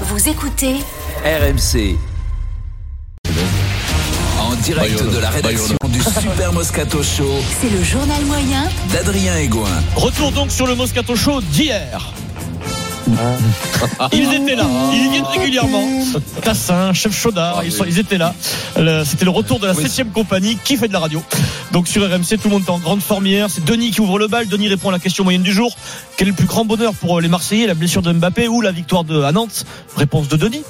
Vous écoutez RMC. En direct de la rédaction du Super Moscato Show C'est le journal moyen d'Adrien Egoin. Retour donc sur le Moscato Show d'hier. Ils étaient là, hein. ils y viennent régulièrement. Tassin, Chef Chaudard, ils, sont- ils étaient là. Le- C'était le retour de la 7ème compagnie qui fait de la radio. Donc sur RMC, tout le monde est en grande forme hier. C'est Denis qui ouvre le bal. Denis répond à la question moyenne du jour. Quel est le plus grand bonheur pour euh, les Marseillais, la blessure de Mbappé ou la victoire de à Nantes Réponse de Denis.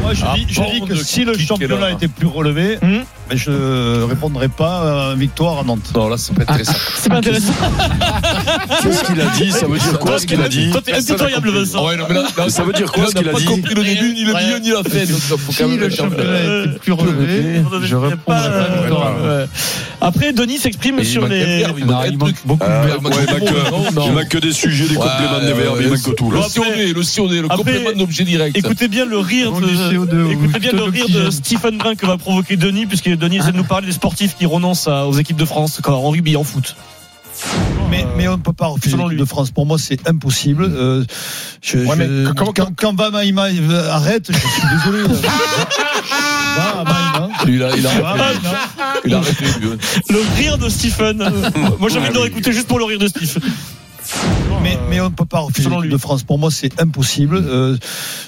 Moi, je, Ah, dis, je bon, dis que de si le kicker, championnat hein. était plus relevé, Hmm mais je ne répondrai pas à victoire à Nantes. Ah, Non, là, ça peut être très simple. Ah, C'est pas intéressant. Qu'est-ce qu'il a dit Ça veut dire quoi ce qu'il a dit Toi, t'es impitoyable, Vincent. Ah Ouais, non, mais là, là, Ça veut dire quoi ce qu'il a pas dit compris le début, ni le milieu, ni la fin. Donc, faut quand Si même le être un peu- championnat était plus relevé, je Il y a réponds pas, euh, pas. victoire. ouais. Après, Denis s'exprime Mais il sur manque un les. verbe, il manque un truc. Euh, ouais, manque Il manque, beaucoup, non, euh, non. il manque que des sujets, des Ouais, compléments, des ouais, verbes, il ouais, manque que tout. là. Le sionné, le sionné, le Après- complément d'objet direct. Écoutez bien le rire Bon, du CO2, de, vous écoutez bien foutez le le rire petit de jeune. Stephen Brun que va provoquer Denis, puisque Denis essaie de nous parler des sportifs qui renoncent à- aux équipes de France quand en rugby et en foot. Mais, mais on ne peut pas refuser Selon l'équipe lui. de France. Pour moi, c'est impossible. Euh, je- Ouais, mais je- quand- quand, quand, Bamaïma arrête, je suis désolé. euh. Bamaïma. Lui, il a, il a, Ah, Bamaïma. il a arrêté. lui, ouais. Le rire de Stephen. Moi, j'ai envie de le réécouter juste pour le rire de Steve. Mais, mais on ne peut pas refuser Selon l'équipe lui. de France. Pour moi, c'est impossible. Euh,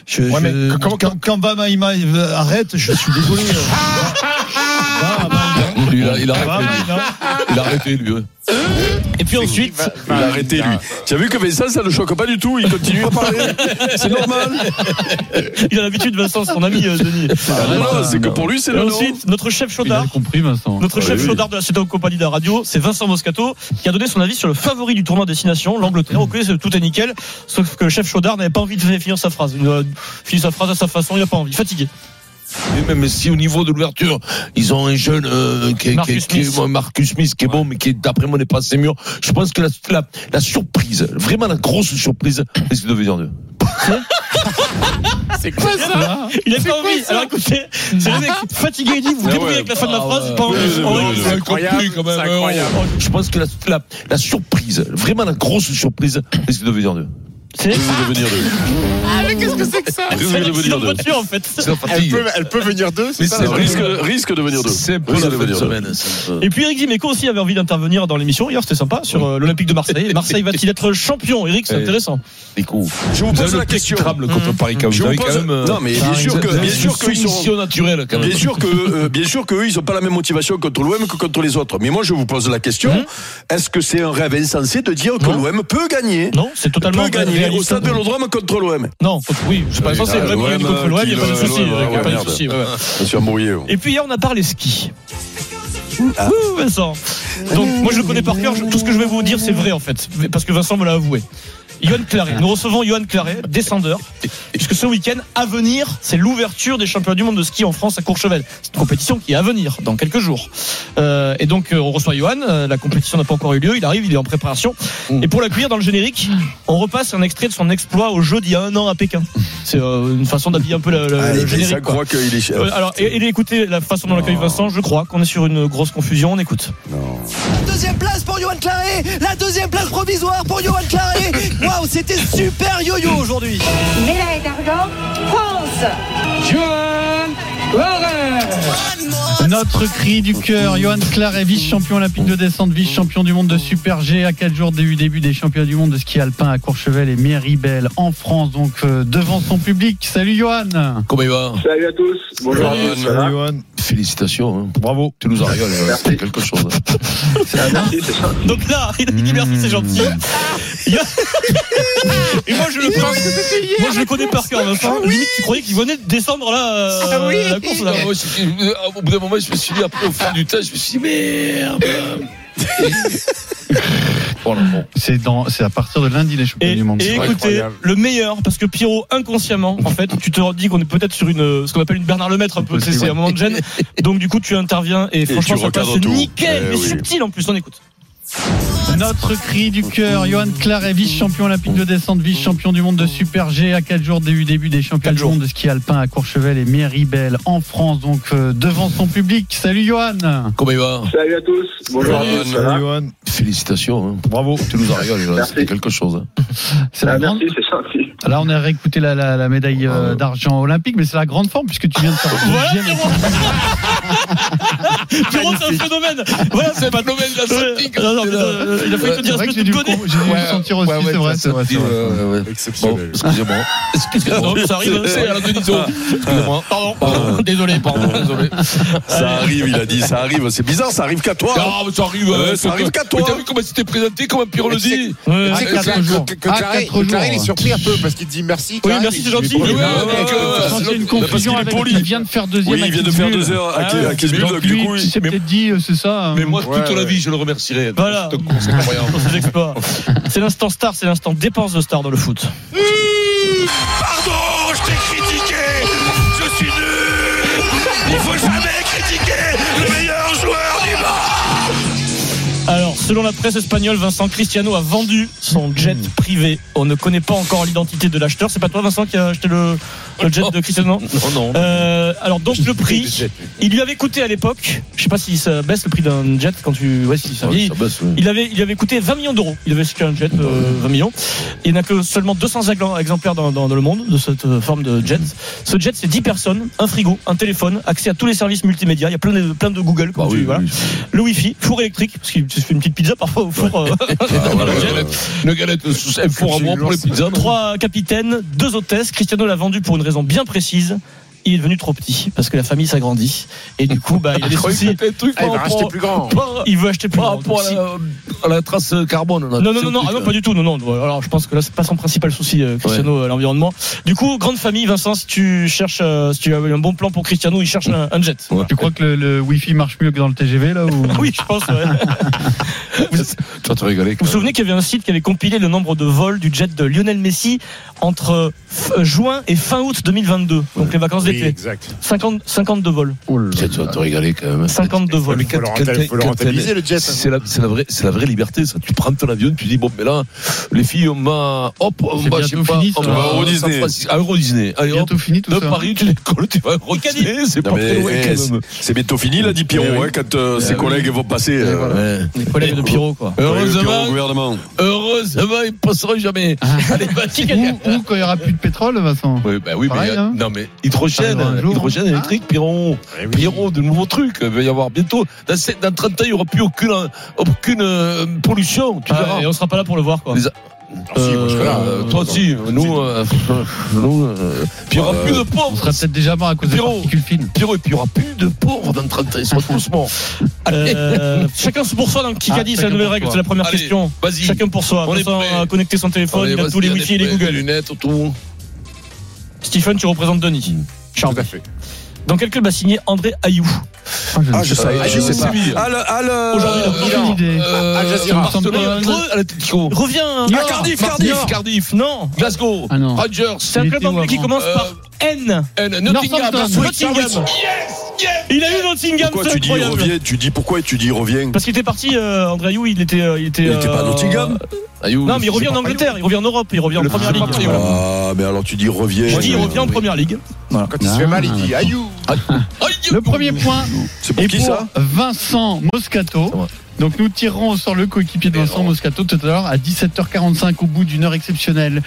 je, Ouais, mais je- quand- quand, quand Bamaïma arrête, je suis désolé. Bamaïma. Lui, il a, il a arrêté. lui. Bamaïma. Il a arrêté, lui. ouais. Et puis ensuite, Ah, Il a arrêté, lui. Tu as vu que Vincent, ça ne le choque pas du tout. Il continue à parler. C'est normal. il a l'habitude, Vincent, son ami euh, Denis. Ah, non, non, c'est que pour lui, c'est Et le nom. ensuite, notre chef chaudard. compris, Vincent. Notre Ah, chef oui. chaudard de la CETA compagnie de la radio, c'est Vincent Moscato, qui a donné son avis sur le favori du tournoi Destination, Mm. l'Angleterre. Ok, c'est- tout est nickel. Sauf que le chef chaudard n'avait pas envie de finir sa phrase. Il a fini sa phrase à sa façon, il n'a pas envie. Fatigué. Et même si au niveau de l'ouverture, ils ont un jeune euh, qui, est- qui est- Marcus qui est- Smith. ouais, Marcus Smith qui est bon, mais qui est, d'après moi n'est pas assez mûr. Je pense que la, la, la surprise, vraiment la grosse surprise, risque de venir d'eux. Ah. Il a pas envie. Alors écoutez, c'est le mec fatigué, il dit, vous Ah débrouillez ouais. avec la fin de la Ah phrase, ouais. pas envie. Ouais, On ouais, va- ouais. C'est incroyable, quand même. hein. Oh, Je pense que la, la, la surprise, vraiment la grosse surprise, risque de venir d'eux. C'est Vous voulez venir de lui. c'est un accident de voiture en fait. C'est la Elle fatigue. peut, elle peut venir d'eux, c'est Mais ça c'est la vrai. vraie- Risque, risque de venir d'eux. C'est pour Risque la de fin de venir d'eux. semaine. ça. Et puis Eric Dimeco aussi avait envie d'intervenir dans l'émission. Hier, c'était sympa sur euh, l'Olympique de Marseille. Marseille va-t-il être champion Eric, Eh. c'est Ouais. intéressant. Les coups. Je vous Vous pose avez la le question. trable contre Paris Je vous Camus. pose- Non, mais Bah, Ah, bien sûr que- bien sûr qu'ils seront- sont naturelle quand même. Bien sûr que, euh, bien sûr qu'eux, ils n'ont pas la même motivation contre l'OM que contre les autres. Mais moi, je vous pose la question Hum? est-ce que c'est un rêve insensé de dire que Non. l'OM peut gagner Non, c'est totalement Peut gagner au réaliste. stade de l'Odrome contre l'OM. Non, faut- oui, je pense que c'est ah, vraiment l'OM, Eric contre l'OM, il n'y a pas de qui, souci. l'OM, il y a ouais, pas de merde. souci, ouais. Je suis embrouillé. ouais. Et puis hier, on a parlé ski. Ouh, Vincent. Donc, moi, je le connais par cœur. Je- Tout ce que je vais vous dire, c'est vrai, en fait. Mais- Parce que Vincent me l'a avoué. Johan Claret. Nous recevons Johan Claret, descendeur. Puisque ce week-end, à venir, c'est l'ouverture des championnats du monde de ski en France à Courchevel. C'est une compétition qui est à venir, dans quelques jours. Euh, et donc, euh, on reçoit Johan. Euh, La compétition n'a pas encore eu lieu. Il arrive, il est en préparation. Et pour l'accueillir dans le générique, on repasse un extrait de son exploit au jeu d'il y a un an à Pékin. C'est euh, une façon d'habiller un peu le, le- Ah, Euh, le il- générique. ça quoi. croit qu'il est chef. Euh, alors, et, et écoutez la façon dont l'accueille Vincent, je crois qu'on est sur une grosse confusion, on écoute. Deuxième place pour Johan Claret, la deuxième place provisoire pour Johan Claret. Waouh, c'était super yo-yo aujourd'hui. médaille d'argent, France Notre cri du cœur, Johan Claret, vice-champion olympique de descente, vice-champion du monde de Super G à 4 jours du début des championnats du monde de ski alpin à Courchevel et Méribel en France, donc euh, devant son public. Salut Johan Comment il va Salut à tous. Bonjour. Salut Johan Félicitations. hein. Bravo. Toulouse Ariol, euh, c'est quelque chose. hein. Donc là, il a dit merci, c'est gentil. Il y a- et moi je le prends- moi je le connais par cœur, Vincent. Limite, tu croyais qu'il venait de descendre là, euh, la course là. Ah, moi, je- je- au bout d'un moment, je me suis dit, après, au fond du tas, je me suis dit, merde. Voilà, bon. C'est dans- c'est à partir de lundi les championnats Et, du monde. et écoutez, incroyable. le meilleur, parce que Pierrot, inconsciemment, en fait, tu te dis qu'on est peut-être sur une, euh, ce qu'on appelle une Bernard Lemaître, un peu, c'est c'est un moment de gêne. Donc du coup, tu interviens et, franchement, tu ça passe recadres tout. nickel, Eh mais oui. subtil en plus, on écoute. Notre cri du cœur, Johan Claret, vice-champion olympique de descente, vice-champion du monde de Super G à 4 jours du début des championnats Quatre du jours. monde de ski alpin à Courchevel et Méribel en France, donc euh, devant son public. Salut Johan Comment il va Salut à tous. Bonjour. Ça va Félicitations. hein. Bravo. Toulouse Ariol, Merci. c'est quelque chose. hein. C'est Ah, la grande- merci, c'est gentil. Là, on a réécouté la, la- la médaille euh, d'argent olympique, mais c'est la grande forme puisque tu viens de faire Voilà, deuxième. Pierrot Pierrot, c'est un phénomène Voilà, c'est un phénomène, la sceptique. Non, non, mais, euh, il a fallu te C'est dire vrai ce que que j'ai tu dû, te le connais con- j'ai dû le sentir aussi, c'est vrai, c'est vrai. c'est vrai. Bon, Exceptionnel. excusez-moi. Excusez-moi. Non, ça arrive, hein. C'est Alain Denisot. Excusez-moi. Pardon, Pardon. désolé, pardon. Désolé. Ça arrive, il a dit, ça arrive. C'est bizarre, ça arrive qu'à toi. Ah, mais ça arrive. Ouais, hein, ça arrive qu'à toi. Mais T'as vu comment c'était présenté, comme un pire le dit Ouais, Tu sais ouais. que Ah, Clara- quatre que- jours. que- que Ah, Clara- quatre Clara, il est jours. surpris un peu parce qu'il dit merci. Clara, merci, il- c'est gentil. il est poli. Ouais, ouais, Ah, Ouais, ouais, ouais, Je sens qu'il y a une confusion qu'il est avec poli. il vient de faire deuxième. Oui, il à vient de faire Kitzbühel. deux heures à Ah, Ki- à ouais. Kitzbühel, Donc donc du lui, coup, il s'est peut-être dit, euh, c'est ça. euh, Mais moi, Ouais, toute la ouais. vie, je le remercierai. Voilà. Cette course, C'est incroyable. Dans ses exploits. C'est l'instant star, c'est l'instant dépense de star dans le foot. Pardon, Oh, je t'ai critiqué Je suis nul Il faut jamais critiquer le meilleur joueur du monde Alors, selon la presse espagnole, Vincent Cristiano a vendu son jet privé. On ne connaît pas encore l'identité de l'acheteur. C'est pas toi, Vincent, qui a acheté le, le jet de Cristiano Oh non. Euh, alors donc le prix, il lui avait coûté à l'époque, je sais pas si ça baisse le prix d'un jet quand tu, ouais si ça vieillit. Ça baisse, oui. Il avait, il avait coûté 20 millions d'euros. Il avait acheté un jet, euh, 20 millions. Il n'y en a que seulement 200 ex- exemplaires dans, dans le monde de cette euh, forme de jet. Ce jet, c'est 10 personnes, un frigo, un téléphone, accès à tous les services multimédia. Il y a plein de, plein de Google. comme Bah tu- oui, voilà. oui. Le Wi-Fi, four électrique, parce qu'il se fait une petite pizza parfois au four. euh, Ah, la galette, la galette, elle four à moi pour les pizzas. non Trois capitaines, deux hôtesses. Cristiano l'a vendu pour une raison bien précise. Il est devenu trop petit parce que la famille s'agrandit. Et du coup, bah, il a des Je croyais que soucis. c'était un truc Ah, il par va racheter rapport- plus grand. par- Il veut acheter plus par grand. rapport à Si- la- à la trace euh, carbone. là. Non, non, C'est non, non, le ah truc, non, pas du tout. Non, non. Alors, je pense que là, c'est pas son principal souci, euh, Cristiano, euh, l'environnement. Du coup, grande famille, Vincent, si tu cherches, euh, si tu as un bon plan pour Cristiano, il cherche un, un jet. Ouais. Tu crois que le, le Wi-Fi marche mieux que dans le TGV là ou Oui, je pense. ouais. Toi, tu rigolais. Vous vous souvenez qu'il y avait un site qui avait compilé le nombre de vols du jet de Lionel Messi entre f- euh, juin et fin août 2022, donc les vacances Oui, d'été. exact. 50, 52 vols. Tiens, tu vas te régaler quand même. 52 Faut vols. le renta- faut le rentabiliser le jet. hein. C'est la, c'est la vraie, c'est la vraie liberté, ça. Tu prends ton avion, tu dis, bon, mais là, les filles, on va, hop, on C'est va, je sais bientôt pas, fini, on ça. va Au à San Disney. Francisco, à Euro Disney. Allez, hop, bientôt fini tout de ça Paris, tu décolles, tu vas à Euro Cadiz. Disney, c'est pas Non, mais, très loin eh, quand même. C'est bientôt fini, l'a dit Pierrot, Eh oui. hein, quand euh, ses oui. collègues vont passer. euh, Ouais. Les Eh, collègues de Pierrot, quoi. dans les bureaux au Heureusement, euh, gouvernement. heureusement, ils passeront jamais. Ah, Allez, vas-y, gagne. ou, ou quand il n'y aura plus de pétrole, Vincent. Oui, bah oui, mais Pareil, il y a- hein. non mais hydrogène, Ça arrivera un jour, hydrogène Ah. hein. électrique, Piron, Eh oui. Piron, de nouveaux trucs. Il va y avoir bientôt dans, sept- dans 30 ans, il n'y aura plus aucune aucune euh, pollution. Tu Ah, verras. et on sera pas là pour le voir, quoi. Les- Ah, si, moi, je serai là. Euh, toi aussi, nous, euh, nous, euh, puis il n'y aura Euh, plus de On sera pauvres. peut-être déjà mort à cause des Pierrot. particules fines. Pierrot, et puis il n'y aura plus de pauvres dans 30 ans. Ils seront tous morts. Euh, chacun pour soi dans le Kikadi, Ah, c'est la chacun nouvelle pour règle, soi. c'est la première Allez, question. Vas-y. Chacun pour soi. On est Vincent prêt. a connecté son téléphone, Allez, il a vas-y, tous les allez, wifi et les prends tes Google. lunettes, tout. Stephen, tu représentes Denis. Charles. Tout à fait. Dans quel club a signé André Ayou Ah, je sais, Euh, je sais pas. Séville. Ah, le- ah, le- Aujourd'hui, il a Aucune Milan. idée. Euh, Al Jazeera. Barcelone, Barcelone. Atlético. Reviens Ah, Cardiff, Cardiff. Cardiff. Non Glasgow, Ah non. Rangers, C'est un Il club était où anglais qui avant commence par N. and Nottingham. Northampton. Nottingham. Il a eu Nottingham, Pourquoi c'est tu dis incroyable. reviens Tu dis pourquoi tu dis reviens Parce qu'il était parti, euh, André Ayou, il était. euh, Il était, Il était pas à euh, Nottingham Non, Ayou, mais il je sais revient en pas. Angleterre, il revient en Europe, il revient en Le première premier ligue. parti, voilà. Ah, mais alors tu dis reviens. Ah. Je dis, il revient en Euh, première ligue. Quand il se fait mal, il dit Aïe Le premier point C'est pour est qui pour ça Vincent Ça va. Moscato. Donc nous tirerons sur le coéquipier de Vincent Moscato tout à l'heure à 17h45 au bout d'une heure exceptionnelle